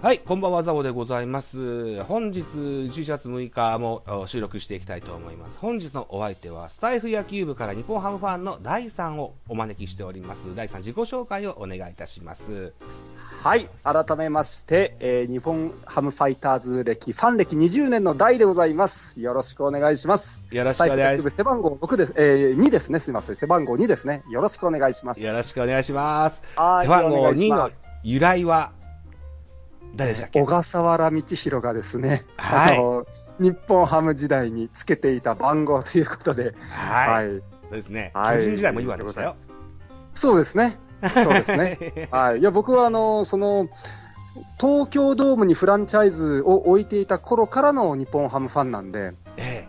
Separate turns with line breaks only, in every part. はい、こんばんは、ザボでございます。本日11月6日もお収録していきたいと思います。本日のお相手は、スタイフ野球部から日本ハムファンの大さんをお招きしております。大さん、自己紹介をお願いいたします。
はい、改めまして、えー日本ハムファイターズ歴、ファン歴20年の代でございます。よろしくお願いします。
よろしくお願いします
スタイフ野球部背番号6です、えー、2ですね、すいません。背番号2ですね。よろしくお願いします。
よろしくお願いします。
はい
背番
お
号
願いし
2の
ます
由来は、誰でしたっけ
小笠原道弘がですね、
はい
あの、日本ハム時代につけていた番号ということで、
はい。
い。
そうですね。
はい
巨人時代もいいわけでしたよ。
そうですね。そうです ね。はい、いや僕はあのその東京ドームにフランチャイズを置いていた頃からの日本ハムファンなんで、
ええ。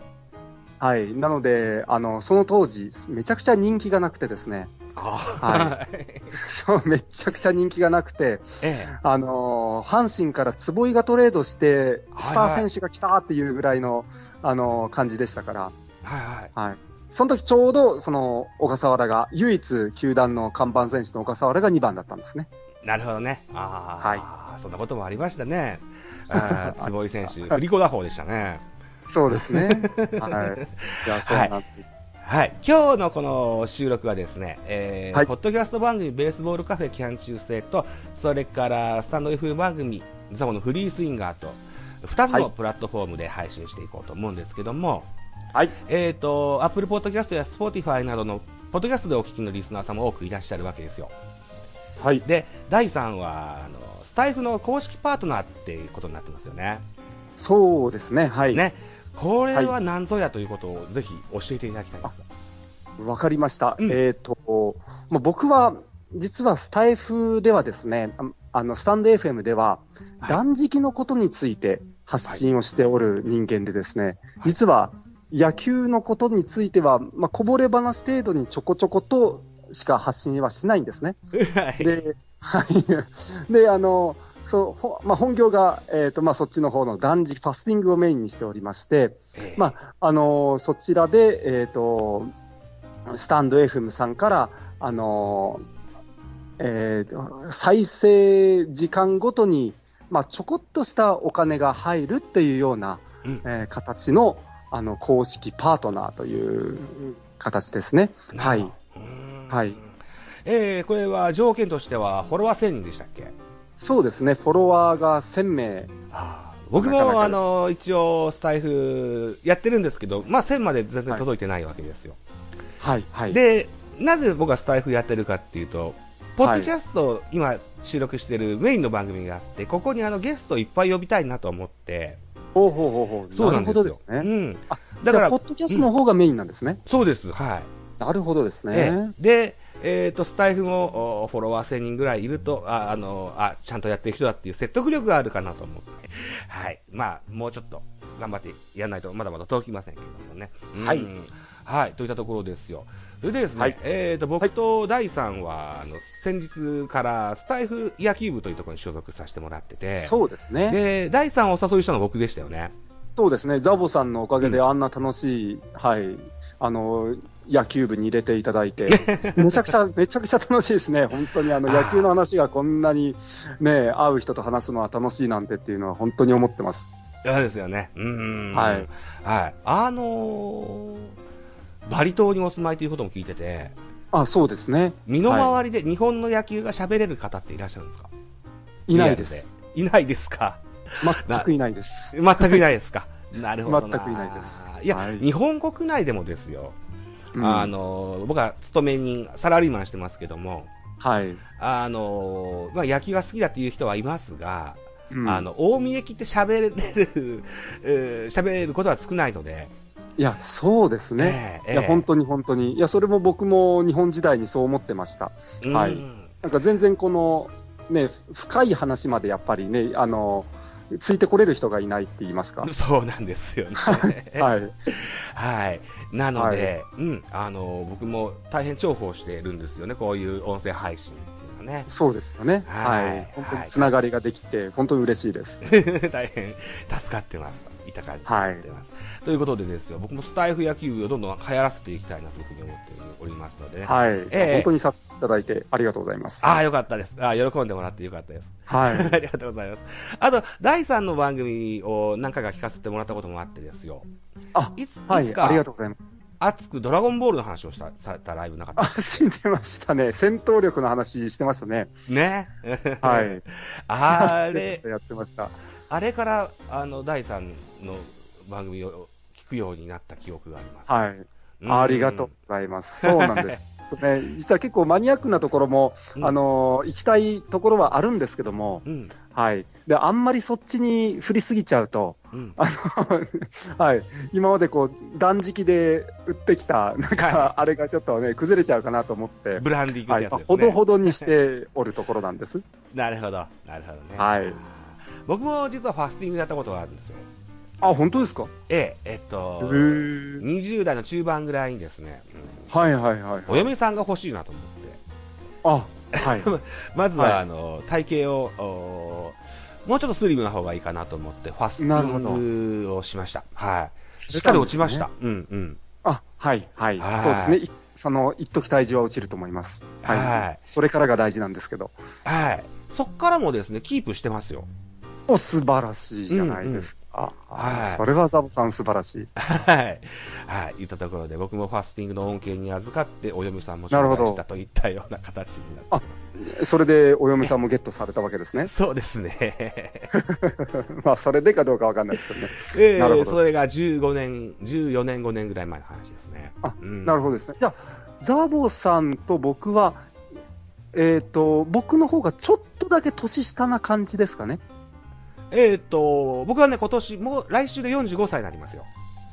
はい、なのであのその当時、めちゃくちゃ人気がなくてですね、
は。
はいそうめちゃくちゃ人気がなくて、
ええ。
あの阪神から坪井がトレードして、スター選手が来たっていうぐらいの、あの感じでしたから、
はいはい。
はい、その時ちょうどその小笠原が、唯一球団の看板選手の小笠原が2番だったんですね。
なるほどね。ああ、そんなこともありましたね。あー坪井選手、振り子打法でしたね。
そうです ね。はい。いや、そうなんです。
はい。今日のこの収録はですね、えー
はい
ポッドキャスト番組ベースボールカフェ期間中制と、それからスタンド F 番組ザボのフリースインガーと、二つ
は
の
い
プラットフォームで配信していこうと思うんですけども、
はい。
えっ、と、Apple Podcast や Spotify などのポッドキャストでお聞きのリスナーさんも多くいらっしゃるわけですよ。
はい。
で、第3は、あの、スタイフの公式パートナーっていうことになってますよね。
そうですね。はい。
ね、これは何ぞやということをぜひ教えていただきたいんですが
わかりました。
うん
えっ、と、もう僕は、実はスタイフではですね、ああの、スタンド FM では、
はい
断食のことについて発信をしておる人間でですね、実は、野球のことについては、まあ、こぼれ話程度にちょこちょことしか発信はしないんですね。
はい。
で、はい。で、あの、そう、ほまあ、本業が、えっ、と、まあ、そっちの方の断食、ファスティングをメインにしておりまして、
ええ
まあ、あの、そちらで、えっ、と、スタンド FM さんから、あの、えっ、と、再生時間ごとに、まあ、ちょこっとしたお金が入るっていうような、
うん
えー形の、あの、公式パートナーという形ですね。は
う
い。
ーん
はい。
えーこれは条件としては、フォロワー1000人でしたっけ
そうですね。フォロワーが1000名
僕も、
なかなか
あの、一応、スタイフやってるんですけど、まあ、1000まで全然届いてないわけですよ。
はい、はい。
で、なぜ僕がスタイフやってるかっていうと、ポッドキャスト、今収録してるメインの番組があって、ここにあのゲストいっぱい呼びたいなと思って、
ほうほうほうほう。
そうなん
る
で
ほ
すよ。
どです
う
ね。
ん。
あ、
だか
だからら、ポッドキャストの方がメインなんですね。
そうです。はい。
なるほどですね。
ええで、えっ、と、スタイフもおフォロワー1000人ぐらいいると、あ、あの、あ、ちゃんとやってる人だっていう説得力があるかなと思って。はい。まあ、もうちょっと頑張ってやらないとまだまだ届きませんけれどもね。うん
はい。
はい。といったところですよ。それでですね、
はい
えっ、と、僕と大さんは、あの、先日からスタイフ野球部というところに所属させてもらってて、
そうですね。
で、大さんをお誘いしたの僕でしたよね。
そうですね。ザボさんのおかげで
う
あんな楽しい、はい、あの、野球部に入れていただ いて、めちゃくちゃ、めちゃくちゃ楽しいですね。本当にあの、野球の話がこんなにね、会う人と話すのは楽しいなんてっていうのは本当に思ってます。
そうですよね。うん。
はい。
はい。あのーバリ島にお住まいということも聞いてて、
あ、そうですね。
身の回りで日本の野球が喋れる方っていらっしゃるんですか、
いないです。。
いないですか
全くいないです。
全くいないです かなるほどな。
全くいないです。
いや、
はい
日本国内でもですよ。
うん
あのー僕は勤め人、サラリーマンしてますけども、
はい。
あのーまあ、野球が好きだっていう人はいますが、
うん
あの、大見駅って喋れる、 えー喋れることは少ないので、
いや、そうですね。
ええ
いや、
ええ
本当に本当に。いや、それも僕も日本時代にそう思ってました。はい
うん。
なんか全然この、ね、深い話までやっぱりね、あの、ついてこれる人がいないって言いますか
そうなんですよね。
はい。。
はい。なので、うん、あの、僕も大変重宝しているんですよね、こういう音声配信っていうのはね
そうですよね。
はい
はい。本当
は
に
い
つながりができて、本当に嬉しいです。
大変助かってますと、いった感じに
は
なっ
い
てます。ということでですよ、僕もスタイフ野球部をどんどん流行らせていきたいなというふうに思っておりますのでね。
はい。
ええ
本当にさせていただいてありがとうございます。
ああ、よかったです。ああ、喜んでもらってよかったです。
はい。
ありがとうございます。あと、第3の番組を何回か聞かせてもらったこともあってですよ。
あ、
いつ、
はい
つ
い。
か
ありがとうございます。
熱くドラゴンボールの話をしたされたライブなかった
あ、死んでましたね。戦闘力の話してましたね。
ね。
はい。
あ
やっ
れ
てまし、たやってました。
あれから、あの、第3の番組を聞くようになった記憶があります。
はい。
うん
ありがとう。ございます。そうなん です。ね、実は結構マニアックなところも、
うん
あの行きたいところはあるんですけども、
うん。
はい。で、あんまりそっちに振りすぎちゃ うと、
うん。
あの、はい。今までこう、断食で売ってきた、なん
は
か、あれがちょっとね、崩れちゃうかなと思って、
ブランディングっ
は
て
い。
やつです
まあ
ね。
ほどほどにしておるところなんです。
なるほど。なるほど ね。
はい。
僕も実はファスティングやったことがあるんですよ。
あ、本当ですか
ええ、えっと、
へー
20代の中盤ぐらいにですね、
はいはいはい
うんお
はい。
嫁さんが欲しいなと思って、
あ、はい。
まずは、
はい
あの体型をおーもうちょっとスリムな方がいいかなと思って、ファステ
なるほど
ィングをしました。はい。しっかり落ちました。うんうん。
あ、はい、はい、
はい
そうですね。いその、一時体重は落ちると思います。はい。
はい
それからが大事なんですけど。
はい。そっからもですね、キープしてますよ。
お、素晴らしいじゃないですか。
はい
あそれはザボさん素晴らしい。
はい。はい。言ったところで、僕もファスティングの恩恵に預かって、お嫁さんも
なるほ
紹
ど
介したといったような形になっています。。
それでお嫁さんもゲットされたわけですね
そうですね。
まあ、それでかどうかわかんないですけどね。
ええ
なるほど
それが15年、14年、5年ぐらい前の話ですね。
あ
うん
なるほどですね。じゃあ、ザボさんと僕は、えっ、と、僕の方がちょっとだけ年下な感じですかね。
えっ、と、僕はね、今年、もう来週で45歳になりますよ。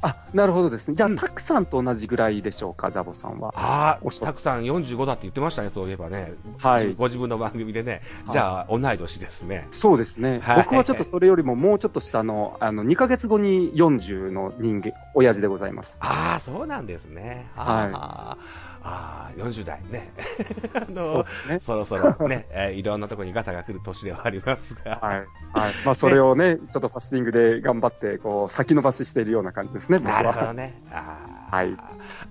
あ、なるほどですね。じゃあ、
うん
たくさんと同じぐらいでしょうか、ザボさんは。
あ
お
あ、
っしゃ
たくさん45だって言ってましたね、そういえばね。
はい
ご自分の番組でね。
はい
じゃあ、同い年ですね。
そうですね、
はい
僕はちょっとそれよりももうちょっと下の、あの2ヶ月後に40の人間、親父でございます。
ああ、そうなんですね。
はい
あーあー、40代 ね。あ
そう
の、
ですね
そろそろね、 えーいろんなところにガタが来る年ではありますが。
はい はいまあ、それをね、ちょっとファスティングで頑張ってこう、先延ばししているような感じですね、僕
なるほ
は。
どね。あー
はい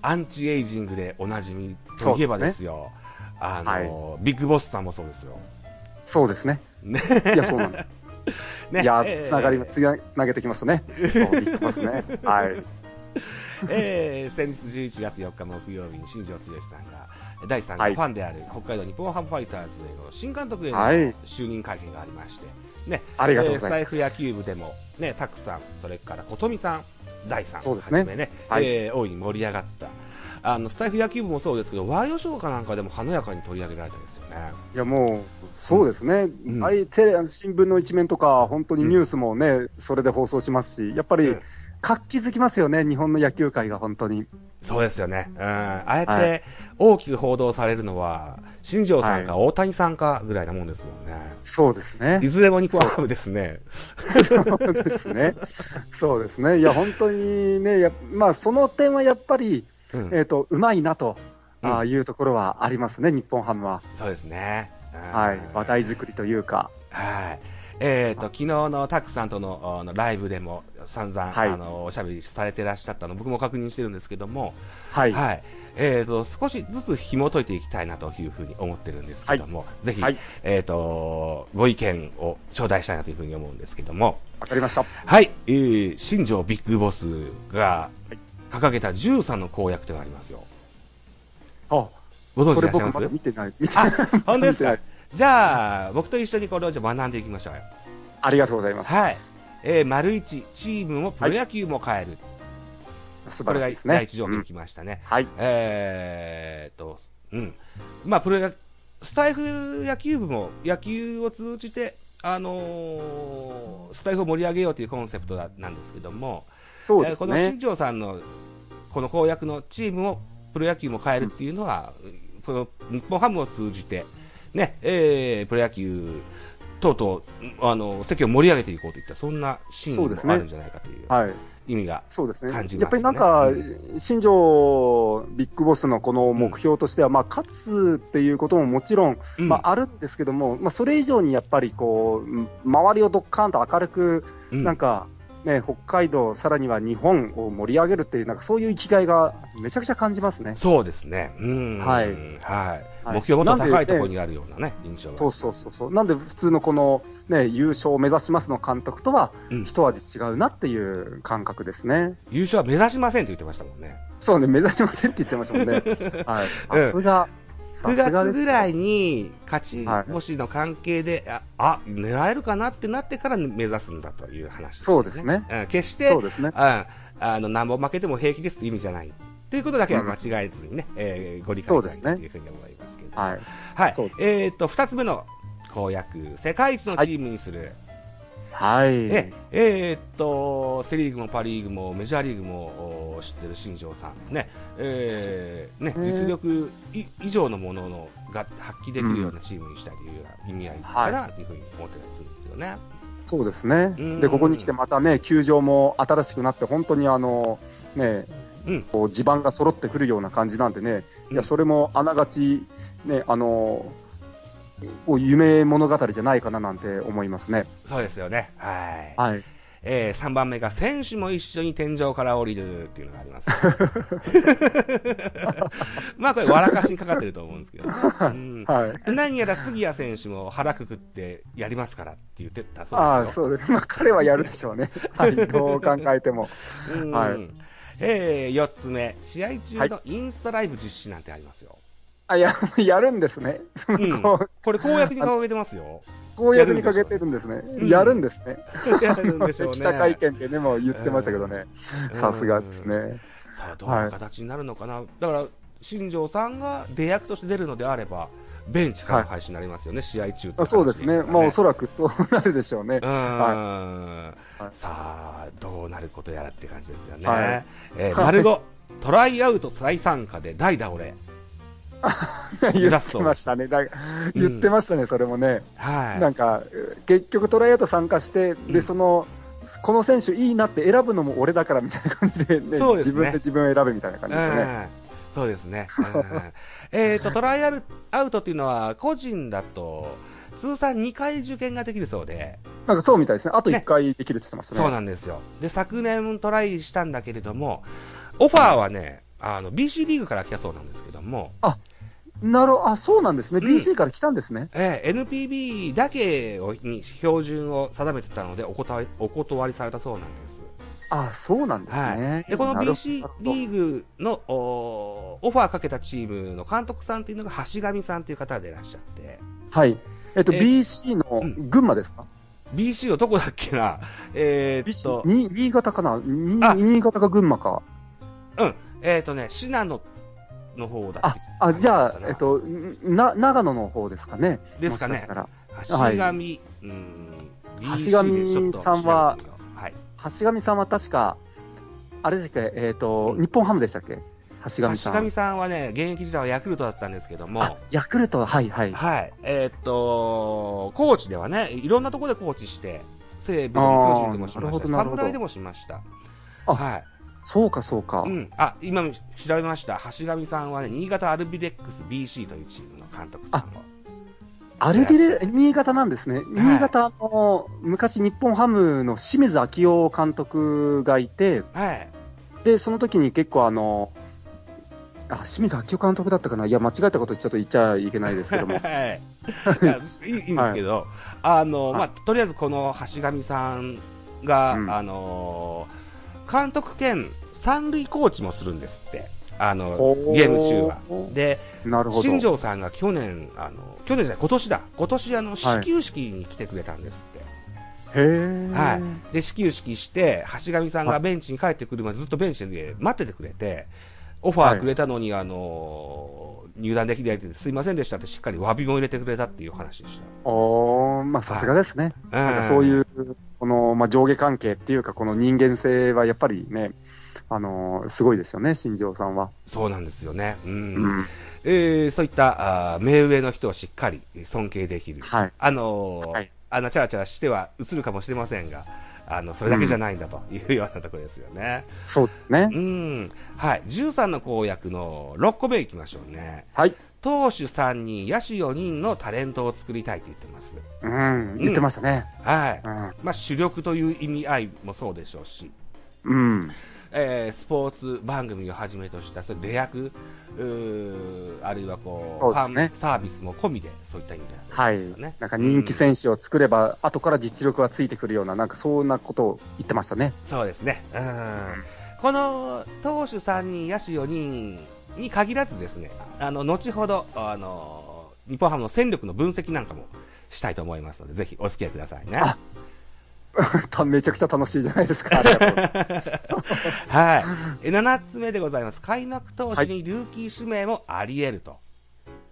アンチエイジングでおなじみといえばですよ。あの、ビッグボスさんもそうですよ。
そうですね、
ね。
いや、そうなんです、
ね
いや、
えー
つながり、つなつなげてきましたね、そう言ってますね、はい、
えー先日11月4日木曜日に新庄剛志さんが、第3
はい
回ファンである北海道日本ハムファイターズへの新監督への
はい
就任会見がありまして、ね、
ありがとうござ
え
いま
ース
す。
タイフ野球部でも、ね、たくさん、それから琴美さん、大さん、
そうですね
はじめね、
はい
えー大いに盛り上がった。あの、スタイフ野球部もそうですけど、ワイドショーかなんかでも華やかに取り上げられたんですよね。
いやもう、そうですね、
ん
ああいうテレ新聞の一面とか、本当にニュースもね、それで放送しますし、やっぱ
う
り
ん
活気づきますよね、日本の野球界が本当に。
そうですよね。うん。ああやっ
は
て大きく報道されるのは、新庄さんか
は
大谷さんかぐらいなもんですもんね。
そうです
い、
ね。
ずれも日本ハムですね。
そうですね。そうですね。いや、本当にね、やまあ、その点はやっぱり、
うん
えっ、と、うまいなと、
うん
ああいうところはありますね、日本ハムは。
そうですね。うん
はい。話題作りというか。
はい。えっ、と、昨日のタクさんとのあのライブでも散々、
はい
あの、おしゃべりされてらっしゃったの、僕も確認してるんですけども、
は。
はいい。えっ、と、少しずつ紐解いていきたいなというふうに思ってるんですけども、ぜひ、
はい
えっ、と、ご意見を頂戴したいなというふうに思うんですけども、
わかりました。
はい、えー、新庄ビッグボスが
はい
掲げた13の公約というのがありますよ。
あ、
ご存
そ
知い
れ
らっしゃい
僕
ま
まだ
す
見てない。見て
あ、本当で
見
す
てない
か
です。
じゃあ、僕と一緒にこれをじゃあ学んでいきましょうよ。
ありがとうございます。
はい。えー、丸一、チームもプロ野球も変える。
素
これ
晴らし
が
いですね。
第一条
う
目
ん
にきましたね。
はい。
えーっと、うん。まあ、プロ野スタイフ野球部も野球を通じて、あのースタイフを盛り上げようというコンセプトだなんですけども、
そうで
えーこ
す
の
ね
新。庄さんのこの公約のチームをプロ野球も変えるっていうのは、この日本ハムを通じて、ねえープロ野球等々あの席を盛り上げていこうといったそんなシー
そう
ン
です
も
ね
あるんじゃないかという
はい。
意味が、
そうですね。
感じますね
やっぱりなんか、
う
新庄ビッグボスのこの目標としては、まあ、勝つっていうことももちろん、
うん
まあ、あるんですけども、まあ、それ以上にやっぱりこう、うん周りをどっかんと明るく、
うん
なんか、ね、北海道、さらには日本を盛り上げるっていう、なんかそういう生きがいがめちゃくちゃ感じますね。
そうですね。うん。
は
は
い
い。
はい
目標もっと
なん
高い
で
ところにあるようなね、印象が。
そうそうそうそう。なんで普通のこの、ね、優勝を目指しますの監督とは
うん、
一味違うなっていう感覚ですね。
優勝は目指しませんと言ってましたもんね。
そうね、目指しませんって言ってましたもん ね。はい。さすが。さ
9
すがで
月
す
ぐらいに勝ち
はい
星の関係で、あ、あ狙えるかなってなってから目指すんだという話、
そうですね。
うん、決して、
そうですね。
ああの、何本負けても平気ですって意味じゃない。ということだけは間違えずにね、えーご理解いただきたいというふうに思いますけど。
はい。
はい
そうで。
えーっと、二つ目の公約、世界一のチームにする。
はい。
ねえーっと、セ・リーグもパ・リーグもメジャーリーグもお知ってる新庄さん、ねえーね
そうですね
実力い以上のもののが発揮できるようなチームにしたいというような意味合いかなというふうに思ってたりするんですよね。
そうですね
うん。
で、ここに来てまたね、球場も新しくなって、本当にあの、ね、
うん
こう地盤が揃ってくるような感じなんでね、い
うん
や、それもあながち、ね、あの、こう夢物語じゃないかななんて思いますね。
そうですよね。はい。
はい。
え3番目が選手も一緒に天井から降りるっていうのがあります。 まあこれ笑かしにかかってると思うんですけどね、うん
はい。
何やら杉谷選手も腹くくってやりますからって言ってたそうですよ。
ああ、そうです。まあ、彼はやるでしょうね。はい。 どう考えても。
うん
はい
えー、4つ目、試合中のインスタライブ実施なんてありますよ。
あ、や、やるんですね。その
うん
こう、
これ公約に掲げてますよ。
公約にかけてるんです
うん
ね。やるんですね。
やるんでしょうね。
記者会見でね、もう言ってましたけどね。さすがです
うん。
ね。
さあ、どういう形になるのかな。だから、新庄さんが出役として出るのであれば、ベンチからの配信になりますよね、試合中って
あそうですね。まあ、おそらくそうなるでしょうね
う。ん
はい
さあ、どうなることやらって感じですよね。
はい
えー
はい
丸5、トライアウト再参加で代打俺。
言ってましたね。だ言ってましたね、それもね。
はい。
なんか、結局トライアウト参加して、
うん
で、その、この選手いいなって選ぶのも俺だからみたいな感じで、ね
そうですね
自分で自分を選べみたいな感じですよね。
うんそうですね。うんえっと、トライアルアウトっていうのは、個人だと、通算2回受験ができるそうで、
なんかそうみたいですね。あと1回できるって言ってましたね。
そうなんですよ。で、昨年トライしたんだけれども、オファーはね、あの、BC リーグから来たそうなんですけども、
なるほどあ、そうなんですね。
うん
BC から来たんですね。
えー NPB だけをに標準を定めてたのでお断り、お断りされたそうなんです。
あ、そうなんです
は
ね。
い、でこの
なるほど
BC リーグのおーオファーかけたチームの監督さんっていうのが橋上さんっていう方でいらっしゃって、
はい。えっと、
え
BC の
うん
群馬ですか、
BC のどこだっけな、えーっ
BC
と、
に新潟かなに
あ
新潟か群馬か。
うん、えーっとね、信濃の方だっ
あ
け、
あ、じゃ
か
あ
な、
えっと、んな、長野の方ですかね。
ですか
も
ね
しした、ら
橋上、
はいう
ーん、
橋上さんは
BC でちょっと調べてみよう、はい、
橋上さんは確か、あれでしたっけ、えっ、と、日本ハムでしたっけ橋上さ
橋
ん。
上さんはね、現役時代はヤクルトだったんですけど
あ
も、、
ヤクルト、はいはい。
はい、えーっと、コーチではね、いろんなところでコーチして、西武でも巨人でもし
あーなる
ま
ほ
した
ど
し、
なるほど
侍でもしました。
あ
はい。
そうかそうか。
うん、あ今調べました、橋上さんは、ね、新潟アルビレックス BC というチームの監督さんも、
アルビレ、新潟なんですね。新潟の、昔日本ハムの清水昭夫監督がいて、
はい、
で、その時に結構あの、あ、清水昭夫監督だったかな。いや、間違えたことちょっと言っちゃいけないですけど も。
はいいやいいいいんですけど、あのまあ、とりあえずこの橋上さんが、
うん
あのー監督兼三塁コーチもするんですって、あの
ほー
ゲーム中は。で、
なるほど。
新庄さんが去年、あの去年じゃない、今年だ、今年あの始球式に来てくれたんですって。
へー
はいで、始球式して、橋上さんがベンチに帰ってくるまでずっとベンチで待っててくれて、オファーくれたのに、あのー入団できないってすいませんでしたってしっかり詫びも入れてくれたっていう話でし
おー、まあさすがですね。
た。
なんかそういうう、この、まあ、上下関係っていうか、この人間性はやっぱりね、あのーすごいですよね、新庄さんは。
そうなんですよね。うん。
うん。
えーそういった、あー目上の人をしっかり尊敬できる。
はい。
あのー
はい
あの、チャラチャラしては映るかもしれませんが、あの、それだけじゃないんだというようなところですよね。
そうですね
う。ん。はい。13の公約の6個目いきましょうね。
はい。
投手3人、野手4人のタレントを作りたいと言ってます。
うん、言ってましたね。
はい。
うん。
まあ、主力という意味合いもそうでしょうし、
うん。
えースポーツ番組をはじめとした、それ出役、うーあるいはこう
そうですね
ファンサービスも込みで、そういった意味では
はい。
ね
なんか人気選手を作れば、後から実力がついてくるような、なんかそんなことを言ってましたね。
そうですね。うん。この投手3人、野手4人に限らずですね、あの、後ほど、あの、日本ハムの戦力の分析なんかもしたいと思いますので、ぜひお付き合いくださいね。
あためちゃくちゃ楽しいじゃないですか。ありがとう。
はい。え7つ目でございます。開幕投手にルーキー指名もあり得ると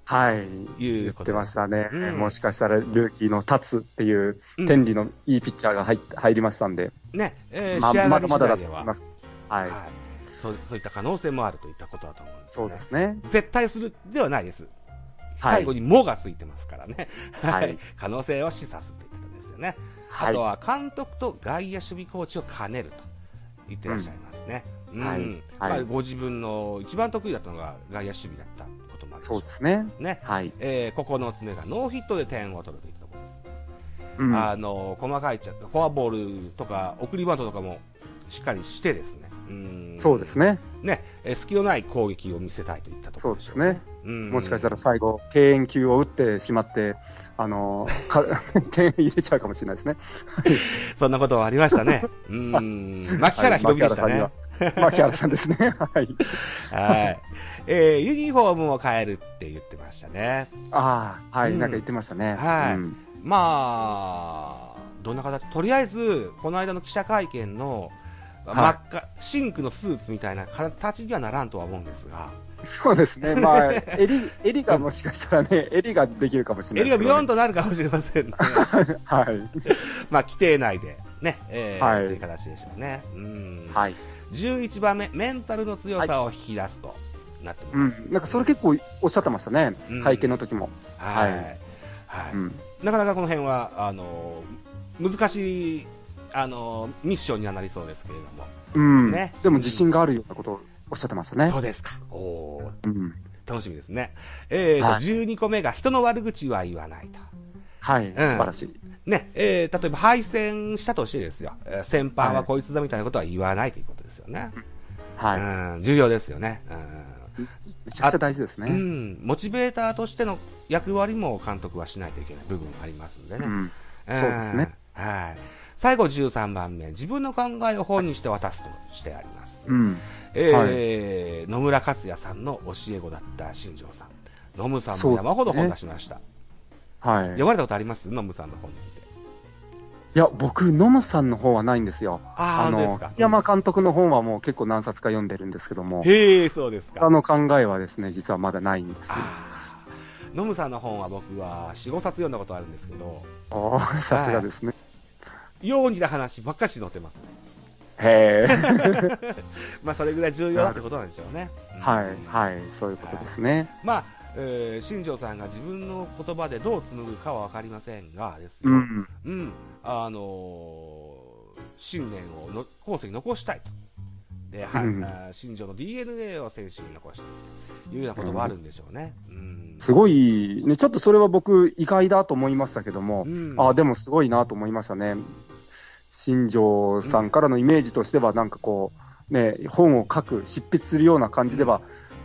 はい。
い
言
う
っ
こと
てましたね、
うん
もしかしたらルーキーの立つっていう
うん
天理のいいピッチャーが入っ入りましたんで、
ね、えー
まあ、
仕上が
ま
り
だ
次
まだ
第
だ
で
と
は
思います。はい。
はいそう。そういった可能性もあるといったことだと思うんです、ね。
そうですね。
絶対するではないです。
は
最
い
後。に「も」がついてますからね、は
はいい、
可能性を示唆すると言ってたんですよね、
は
あと
い。
は監督と外野守備コーチを兼ねると言ってらっしゃいますね、うん
はい
ま
は
あ、
い
ご自分の一番得意だったのが外野守備だったこともあるし
そうですね。
ね、
はい。
えー、9つ目がノーヒットで点を取るといったところです、
うん。
あの細かいちゃフォアボールとか送りバントとかもしっかりしてですね、うん
そうですね。
ね、えー隙のない攻撃を見せたいといったところしょ
そうですね、
うん
もしかしたら最後、敬遠球を打ってしまって、あの、か 点入れちゃうかもしれないですね。
そんなことはありました ね。うーん。牧原ひろみでしたね。は
はい牧原さんには。牧原さんですね。 はい。
い。えーユニフォームを変えるって言ってましたね。
ああ、はい、
うん
なんか言ってましたね。
はい
うん
まあ、どんな形とりあえず、この間の記者会見の、
はい
真っ赤、シンクのスーツみたいな形にはならんとは思うんですが、
そうですね。まあ、襟、襟がもしかしたらね、襟ができるかもしれない
襟が
ですけ
ビ
ど、
ヨ
ね。
ンとなるかもしれま せんね。
はい。
まあ、規定内で、ね、えー
はい
という形でしょうね。うん。
はい。
11番目、メンタルの強さを引き出すとなって
う
ます。
ん。なんかそれ結構おっしゃってましたね
うん。
会見の時も。
はい。
は
はい。
うん。
なかなかこの辺は、あの、難しい、あの、ミッションにはなりそうですけれども。
うん。
ね
でも自信があるようなことをおっしゃってましたね
そ。うですか。おー
うん。
楽しみですね。えーと、
はい
12個目が人の悪口は言わないと。
はい。
ん
素晴らしい。
ね、えー例えば敗戦したとしてですよ。えー先般
は
はいこいつだみたいなことは言わないということですよね。
はい。
うん、重要ですよね。
めちゃくちゃ大事です
う
ね。
ん、うん、モチベーターとしての役割も監督はしないといけない部分もありますんでね。
うん。そうですね
うん。はい。最後13番目、自分の考えを本にして渡すとしてあります。
うん。
えー野村克也さんの教え子だった新庄さん。野村さんも山ほど本出しました。
はい
読。まれたことあります野村さんの本見て。
いや、僕、ノムさんの方はないんですよ。
あー、あです
の
か、。
山監督の本はもう結構何冊か読んでるんですけども、
へえ、そうですか
あ。の考えはですね、実はまだないんですよ。
あー野村さんの本は僕は4、5冊読んだことあるんですけど、
おー さすがですね。
ようにな話ばっかし載ってますね。
へえ。
まあ、それぐらい重要だってことなんでしょうね。うん
はい、はい、そういうことですね。
まあ、えー新庄さんが自分の言葉でどう紡ぐかは分かりませんが、ですよ。
う。ん。
うんあのー信念をの後世に残したいと。で、は
うん
あー新庄の DNA を選手に残したいというようなこともあるんでしょうね。うん。
すごい、ね、ちょっとそれは僕、意外だと思いましたけども、
うん
あでもすごいなと思いましたね。新庄さんからのイメージとしては、なんかこう、ね、本を書く、執筆するような感じでは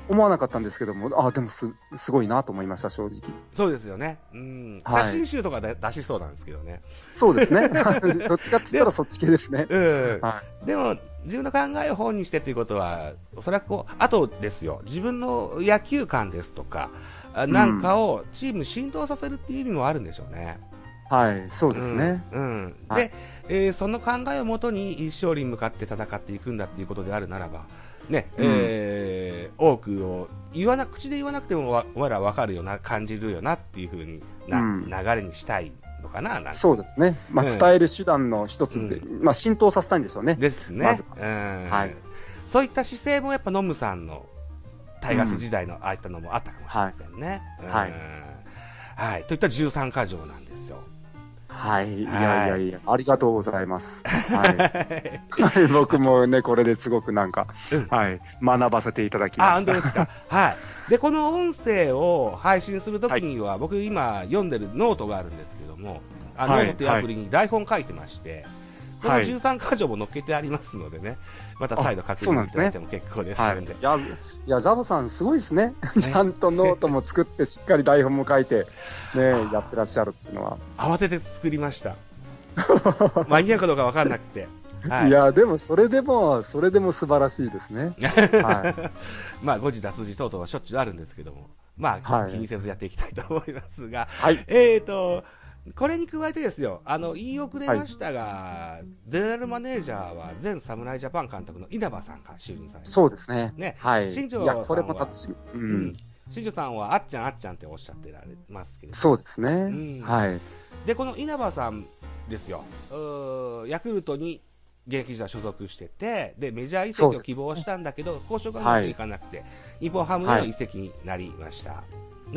思わなかったんですけども、あでもすすごいなと思いました、正直。
そうですよね。うん。
はい
写真集とかで出しそうなんですけどね。
そうで すね。どっちかって言ったらそっち系ですね。
うん。
は
でも、自分の考えを本にしてっていうことは、おそらくこう、あとですよ、自分の野球観ですとか、あなんかをチームに浸透させるっていう意味もあるんでしょうね。
はい、そうですね。
うん。うん
は
で
い、
えーその考えをもとに勝利に向かって戦っていくんだっていうことであるならば、ね、
うん
えー多くを言わな、口で言わなくてもわ、わらわかるよな、感じるよなっていうふうにな、
うん
流れにしたいのかな、なんか
そうですね。まあ、
うん
伝える手段の一つで、まあ、浸透させたいんでしょうね。
ですね。
まず
うん、
はい
そういった姿勢もやっぱノムさんのタイガース時代のああいったのもあったかもしれませんね。
はい
うんはい。といった13箇条なんですよ。
はい。い
はい
やいやいや、ありがとうござ います。はい。はい、僕もね、これですごくなんか、
うん
はい、学ばせていただき
あ、
ま
本
し
当
た。
ですか。はい。で、この音声を配信するときには、僕今読んでるノートがあるんですけども、あ
はい
ノートというアプリに台本書いてまして、この
はい
13箇条も載っけてありますのでね、また再度確認いただいても結構です
はい。
の
い
で。
や、いや、ザボさんすごいですね。 ちゃんとノートも 作って、しっかり台本も書いて、ね、やってらっしゃるっていうのは。、
慌てて作りました。間に合うかどうかわかんなくて。はい い。
や、でも、それでも、それでも素晴らしいで すね。は
まあ、誤字脱字等々はしょっちゅうあるんですけども、まあ
は、い
気にせずやっていきたいと思いますが、
はい。
えーと、これに加えてですよ、あの、言い遅れましたが、ゼネラルマネージャーは前侍ジャパン監督の稲葉さんが就任されました
そうですね。
ね
はい。
新
い
庄
や、これも
さんは
楽しみ。う
うんん。。新庄さんはあっちゃんあっちゃんっておっしゃってられますけれど。
そうですね。
ん
はい。
で、この稲葉さんですよ、うーヤクルトに現役時代所属してて、で、メジャー移籍
そう
を
ですね
希望したんだけど、交渉がうまくいかなくて、日本ハムへの移籍になりました。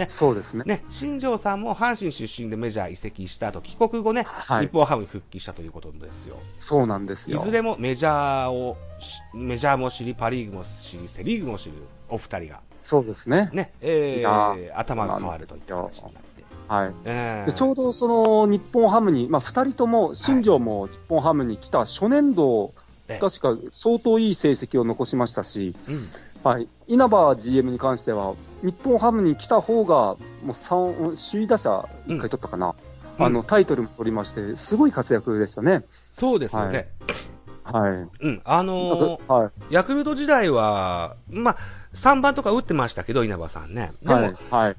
そうですね。
ね、新庄さんも阪神出身でメジャー移籍した後、帰国後ね、
は
日
い。
本ハムに復帰したということですよ。
そうなんです
い
よ。
ずれもメジャーをし、メジャーも知り、パリーグも知り、セリーグも知るお二人が、
そうですね。
ね、え
いや
ー、
ー
頭が変わるといった話
そう
になって。
はい。
えー
でちょうどその日本ハムに、まあ、2人とも新庄も日本ハムに来た初年度、
ええ
確か相当いい成績を残しましたし、
うん
はい、稲葉 GM に関しては、日本ハムに来た方が、もう三首位打者1回取ったかな、
うん
あのタイトルも取りまして、すごい活躍でしたね。
そうですよね。
はい
うん。あ
なん
のー
かはい
ヤクルト時代は、まあ、3番とか打ってましたけど、稲葉さんね。でも、
はいはい、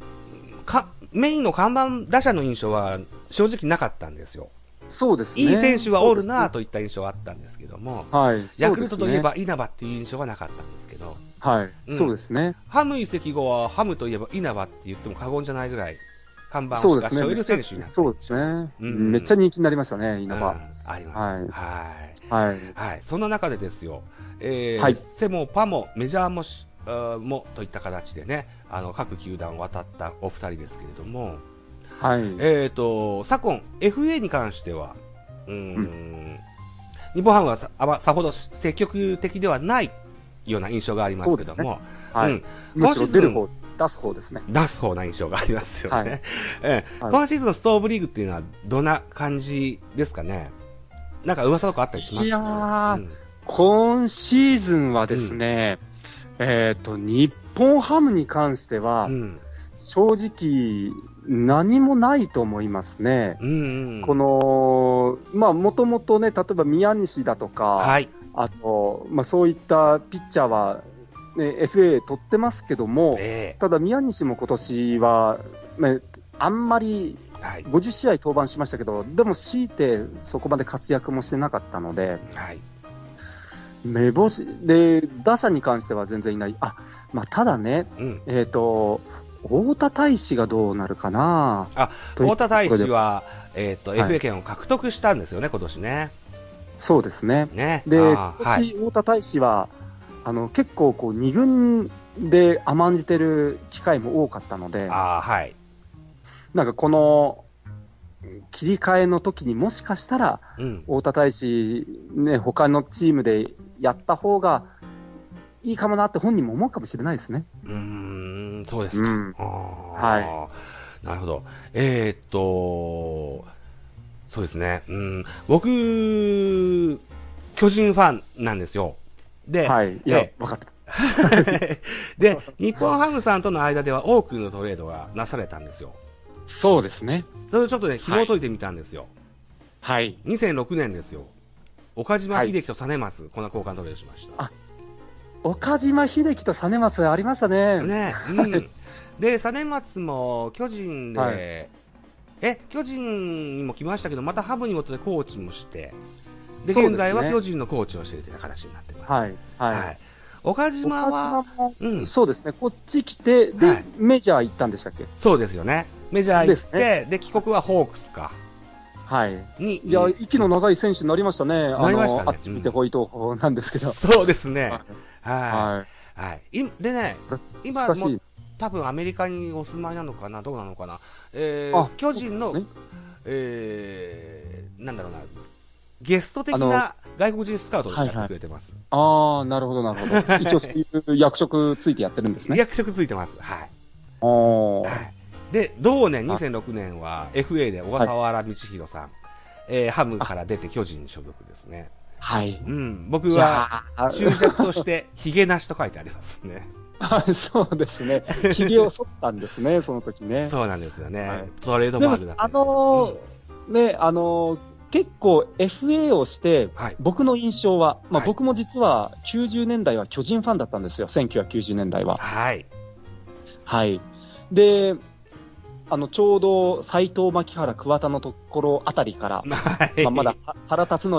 かメインの看板打者の印象は正直なかったんですよ。
そうですね。
いい選手はおるな
と、
といった印象はあったんですけども、
はい、
ヤ
そう
ク
で
ル
す
ト
ね
といえば稲葉っていう印象はなかったんですけど、
はい、
うん
そうですね。
ハム移籍後はハムといえば稲葉って言っても過言じゃないぐらい、看板
そ
を
うで
出
す
し
ね。
を得る選手になって
そうですね。
うん
めっちゃ人気になりましたね、
う
稲
ん
葉。
あります。はい。
はい。
はい。そんな中でですよ、えー
はい
セもパもメジャーもし、あーもといった形でね、あの、各球団を渡ったお二人ですけれども、
はい。
えっ、と、昨今、FA に関しては、うーん、日本ハムはさあまさほど積極的ではないような印象がありますけども、
は
う
い
ん。
むし
今
ろ
シーズ
出
ン
る方、出す方ですね。
出す方な印象がありますよね。
はい
ええ
はい
今シーズンのストーブリーグっていうのはどんな感じですかねなんか噂とかあったりします
いやー
うん
今シーズンはですね、えっ、と、日本ハムに関しては
う、ん。
正直、何もないと思いますね。
うんうん。
この、まあ、もともとね、例えば宮西だとか、
はい。
あと、まあ、そういったピッチャーは、ね、FA 取ってますけども、
え
ただ宮西も今年は、ねあんまり
えはい。
50試合登板しましたけど、でも強いてそこまで活躍もしてなかったので、
はい。
目星で打者に関しては全然いない、あまあ、ただね、
うん。
えっと、太田大使がどうなるかな、
あ、
という
太田大
ところ
使
で
は、えっ、と、
はい
FA 権を獲得したんですよね、今年ね。
そうですね、
ね。
で
あ
今
ーはい。
年、太田大使は、あの結構こう、2軍で甘んじてる機会も多かったので、
ああ、はい。
なんかこの切り替えの時にもしかしたら、
うん。
太田大使、ね、他のチームでやった方がいいかもなって本人も思うかもしれないですね。
うーん、そうですか。
うん
あ
は
ーなるほど。えーっと、そうですね。うん、僕、巨人ファンなんですよ。で、
はい。いや
え、
分かってます。
で、日本ハムさんとの間では多くのトレードがなされたんですよ。
そうですね。
それをちょっとね、紐解いてみたんですよ。
はい。
2006年ですよ。岡島秀樹と実松、こんな交換トレードしました。
岡島秀樹と実松ありましたね。
ね、うん。で、実松も巨人で、
はい
え、巨人にも来ましたけど、またハブにもとでコーチもして、で、
そう
現
ですね
在は巨人のコーチをしてるという形になってます。
はい。はい。
はい岡島は、
岡島も
うん、
そうですね。こっち来て、で、
はい
メジャー行ったんでしたっけ
そうですよね。メジャー行
で
っ
す
て、で
ね
帰国はホークスか。
はい。
に、
いや、
うん
息の長い選手になりましたね。
なりましたね
あの、あっち見てホイトーなんですけど。
そうですね。は。
はい
はい。いでね
これ、い。
今
難し
も
い。
多分アメリカにお住まいなのかな、どうなのかな、えー
あ
巨人の、
そうです
えー、なんだろうな、ゲスト的な外国人スカウトをやってくれてます。
ああ、なるほど、なる ほど。一応、そういう役職ついてやってるんですね。
役職ついてます。はい。
あー
はいで、同年2006年は FA で小笠原道弘さん、えーハムから出て巨人所属ですね。
はい。
うん、僕
じ
は
ゃあ、
注釈として、ヒゲなしと書いてありますね。
あそうですね。ひげを剃ったんですね、その時 ね。
そうなんですよね。
はい
トレード
で
マ
も
ークだ、った
あ
んですけど
のーね、あのー結構 FA をして、
うんはい。
僕の印象は、まあ、
はい
僕も実は90年代は巨人ファンだったんですよ、1990年代は。
はい。
はい。で、あの、ちょうど斎藤、牧原、桑田のところあたりから、
はい。
まあ、まだ。原辰徳、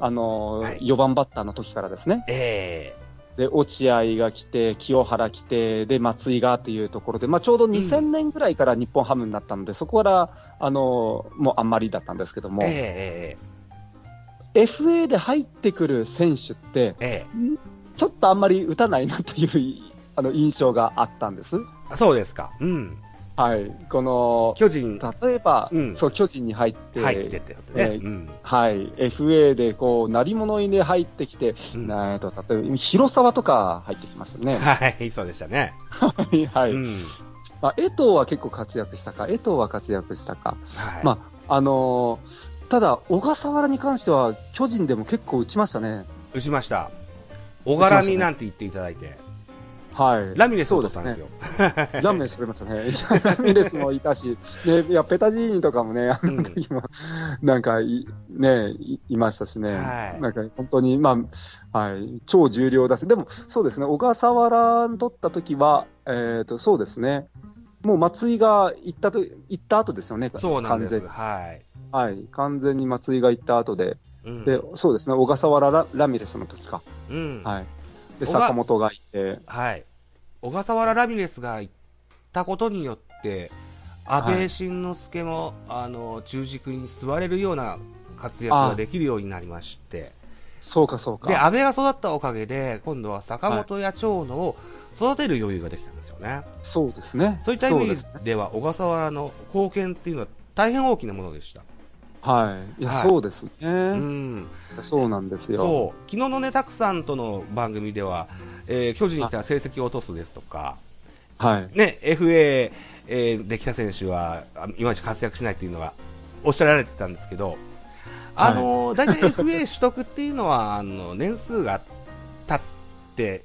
あのー、
はい
4番バッターの時からですね。
え
で、落合が来て、清原来て、で、松井がっていうところで、まあ、ちょうど2000年ぐらいから日本ハムになったので、そこから、あのーもうあんまりだったんですけど
ー
も、
え
FA で入ってくる選手って
ー、えーえ
ちょっとあんまり打たないなという あの印象があったんです。
ーそうですか。うん。
はい。この、
巨人
例えば、
うん
そう、巨人に入って、
入ってってことね。
えー
うん。
はい。FA で、こう、鳴り物入りで入ってきて、
うん
なえっと、例えば、広沢とか入ってきますよね。
はい、そうでしたね。
はい。 はい。
うん。
まあ、江藤は結構活躍したか、江藤は活躍したか。
はい。
まあ、あのーただ、小笠原に関しては、巨人でも結構打ちましたね。
打ちました。小柄になんて言っていただいて。
はい。
ラミレス落としたんですよ。
ラムネ作れましたね。ラムネスもいたし、ね、いや、ペタジーニとかもね、あの時も、なんかい、ね、いいましたしね。
はい
なんか、本当に、まあ、はい、超重量だし、でも、そうですね、小笠原に取った時は、えっ、と、そうですね、もう松井が行ったと、行った後ですよね、
そうなんで
完
す。
全に。
は
はい、完全に松井が行った後で、
い。うん
で、そうですね、小笠原ララミレスの時か。
うん。
はい。で、
小笠
坂本がいて、
はい。小笠原ラミレスが行ったことによって、安倍晋之助も、あの、中軸に座れるような活躍ができるようになりまして、
そうかそうか。
で、安倍が育ったおかげで、今度は坂本や長野を育てる余裕ができたんですよね。
そうですね。
そういった意
で
味
す
では、小笠原の貢献っていうのは大変大きなものでした。
はい。いや、
はい
そうですね、
うん。
そうなんですよ。
そう。昨日のね、たくさんとの番組では、えー巨人に来たら成績を落とすですとか、
はい。
ね、FA、えーできた選手は、あいまいち活躍しないっていうのが、おっしゃられてたんですけど、あのー、大体 FA 取得っていうのは、あの、年数が経って、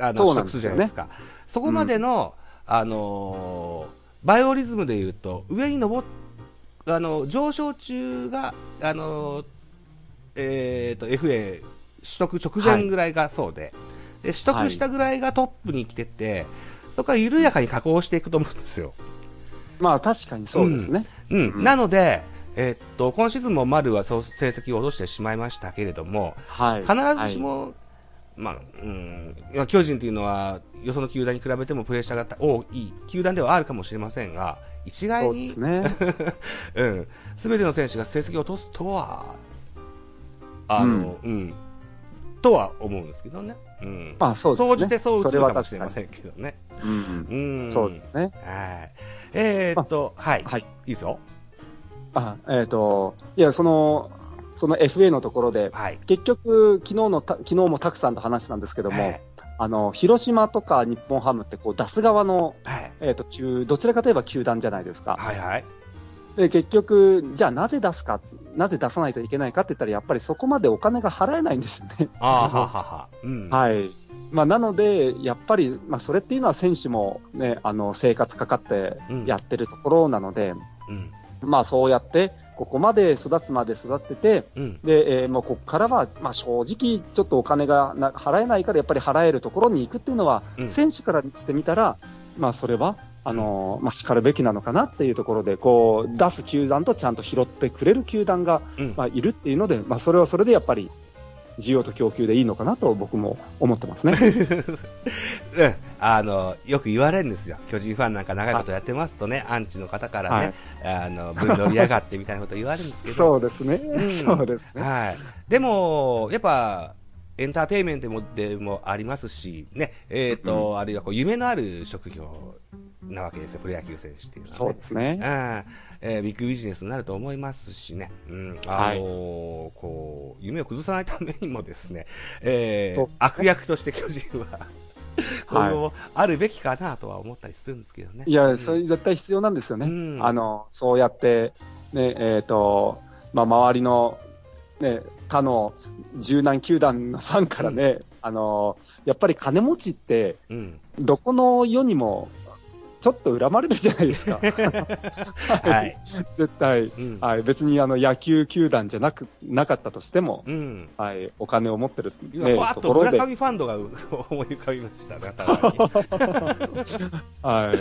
あの、
そ
取
うなん
得
ですす
る
よ
じゃない
ね
ですか。そこまでの、あのー、バイオリズムで言うと、上に登っ、あの、上昇中が、あのー、えっ、と、FA 取得直前ぐらいがそうで、で、取得したぐらいがトップに来てて、そこから緩やかに加工していくと思うんですよ。
まあ、確かにそうですね。
うん。
うん
なので、えっと、今シーズンも丸はそう成績を落としてしまいましたけれども、
はい。
必ずしも、まあ、うん、いや巨人というのは、よその球団に比べてもプレッシャーが多い球団ではあるかもしれませんが、一
は
概
い、そうで
に
す、ね。
うん、すべての選手が成績を落とすとは、あの、うん、とは思うんですけどね。うん。
まあ、そうですね。
総じてそう映
それ
るか
は
もしれ
確か
ま
に。
せんけどね。
うん。
うん。
そうですね。
はい。えー、っと、はい。
はい。
いいですよ。
あ、えっ、と、いや、その、その FA のところで、
はい。
結局、昨日のた、昨日もたくさんの話なんですけども、
はい
あの、広島とか日本ハムって、こう、出す側の、
はい。
えっ、と、球、どちらかといえば球団じゃないですか。
はいはい。
で、結局、じゃあなぜ出すか、なぜ出さないといけないかって言ったら、やっぱりそこまでお金が払えないんですよね。
ああ、ははは。うん。
はい。まあ、なので、やっぱり、まあ、それっていうのは選手もね、あの、生活かかって
うん
やってるところなので、
うん。
まあ、そうやって、ここまで育つまで育ってて、
うん。
で、えーもうここからは、まあ、正直、ちょっとお金がな払えないから、やっぱり払えるところに行くっていうのは、
うん
選手からしてみたら、まあ、それは、あのーまあ、叱るべきなのかなっていうところで、こう、出す球団とちゃんと拾ってくれる球団が、
うん。
まあ、いるっていうので、まあ、それはそれでやっぱり、需要と供給でいいのかなと僕も思ってますね。
うんあの、よく言われるんですよ。巨人ファンなんか長いことやってますとね、アンチの方からね、あの、ぶんどりやがってみたいなこと言われるんですけど。
そうですね。
ん
そうですね。
はい。でも、やっぱ、エンターテインメントでもでもありますし、ね、えっ、と、あるいはこう夢のある職業なわけですよ、プロ野球選手っていうのは、ね。
そうですね。
あえービッグビジネスになると思いますしね、うんあのーこう夢を崩さないためにもですね、えー
そう
悪役として巨人 は今後もあるべきかなとは思ったりするんですけどね。
いや、それ絶対必要なんですよね。
うん
あの、そうやって、ね、えっ、と、まあ、周りの、ね、他の柔軟球団のファンからね、あの、やっぱり金持ちって、
うん、
どこの世にも、ちょっと恨まれるじゃないですか。
はい、
絶対。
うん
はい、別にあの野球球団じゃなく、なかったとしても、
うん
はい、お金を持ってる、
今、
ね、
ふわっ
と
と
こ
村
ろで、
上ファンドが思い浮かびましたね、頭に
はい。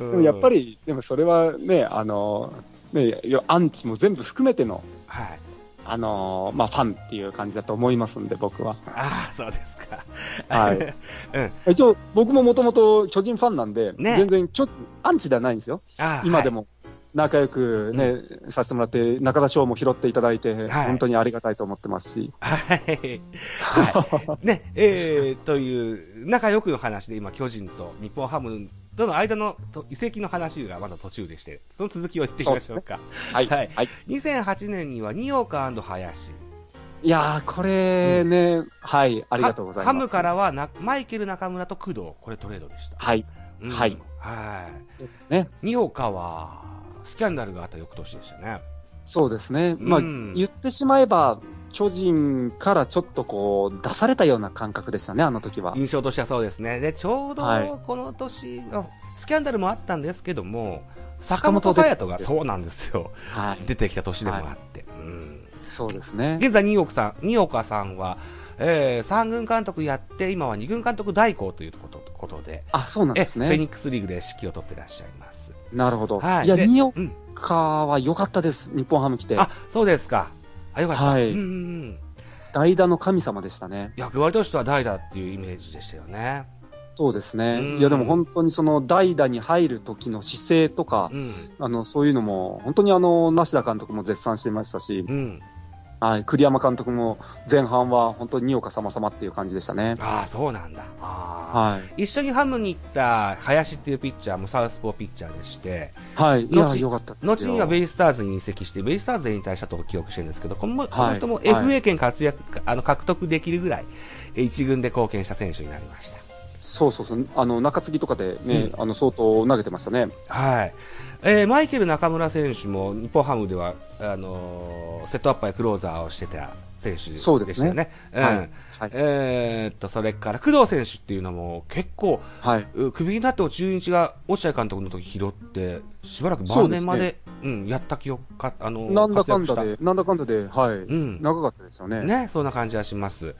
うん
で もやっぱり、でもそれはね、あの、ね、よアンチも全部含めての、
はい、
あのーまあ、ファンっていう感じだと思いますんで、僕は。
ああ、そうですか。
はい
うん、
一応、僕ももともと巨人ファンなんで、
ね
全然巨人、アンチではないんですよ。
あー
今でも仲良くね、させてもらって、中田翔も拾っていただいて、
はい
本当にありがたいと思ってますし。
はい。はい。ね、えー、という、仲良くの話で今、巨人と日本ハムとの間のと移籍の話がまだ途中でして、その続きを言ってみましょうか。
はい。
は
はいい。
2008年には、二岡林。
いやー、これね、はい、あ
あ
りがとうござい
ハ
ま
ム
す。
からはな、マイケル中村と工藤、これトレードでした。
はい。
うん
はい。
はい。
ですね。
二岡は、スキャンダルがあった翌年でしたね。
そうですね。まあ、
うん
言ってしまえば、巨人からちょっとこう、出されたような感覚でしたね、あの時は。
印象としてはそうですね。で、ちょう
はい
どこの年、あスキャンダルもあったんですけども、坂
坂
本
本
隼人が、
で
そうなんですよ。
はい。
出てきた年でもあって。うん
そうですね。
現在、二岡さん、二岡さんは、えー、三軍監督やって、今は二軍監督代行ということことで、
あ、そうなん
え
です
フェ
ね。
ニックスリーグで指揮を取ってらっしゃいます。
なるほど。、
はいい。
や、
で
ニオ
うん
カは良かったです。日本ハム来て。
あ、そうですか。あ、よかった。
はい
うんうんうん。
代打の神様でしたね。
役割としては代打っていうイメージでしたよね。
そうです
うん
ね。いや、でも本当にその代打に入る時の姿勢とか
う、ん。
あの、そういうのも、本当にあの、梨田監督も絶賛していましたし、
うん。
はい、栗山監督も前半は本当に二岡様様っていう感じでしたね。
ああ、そうなんだ。ああ。
はい。
一緒にハムに行った林っていうピッチャーもサウスポーピッチャーでして、
はい。いや、
後
良かったですよ。
後にはベイスターズに移籍して、ベイスターズに引退したと記憶してるんですけど、このこ
は
の
い
人も
はい
FA 権活躍、あの獲得できるぐらい、え一軍で貢献した選手になりました。
そうそうそう。あの、中継ぎとかでね、
う
あの、相当投げてましたね。
はい。えーマイケル中村選手も日本ハムでは、あのーセットアッパーやクローザーをしてた選手でしたよ
そう
ね。
ですね
うん。
はいはい。
えーっと、それから工藤選手っていうのも結構、
はい。
うクビになっても中日が落合監督の時拾って、しばらく晩年まで、うん、やった記憶か、あの、
なんだかんだ
活躍
で、なんだかんだで、はい。
した。うん。
長かったですよね。
ね、そんな感じはします。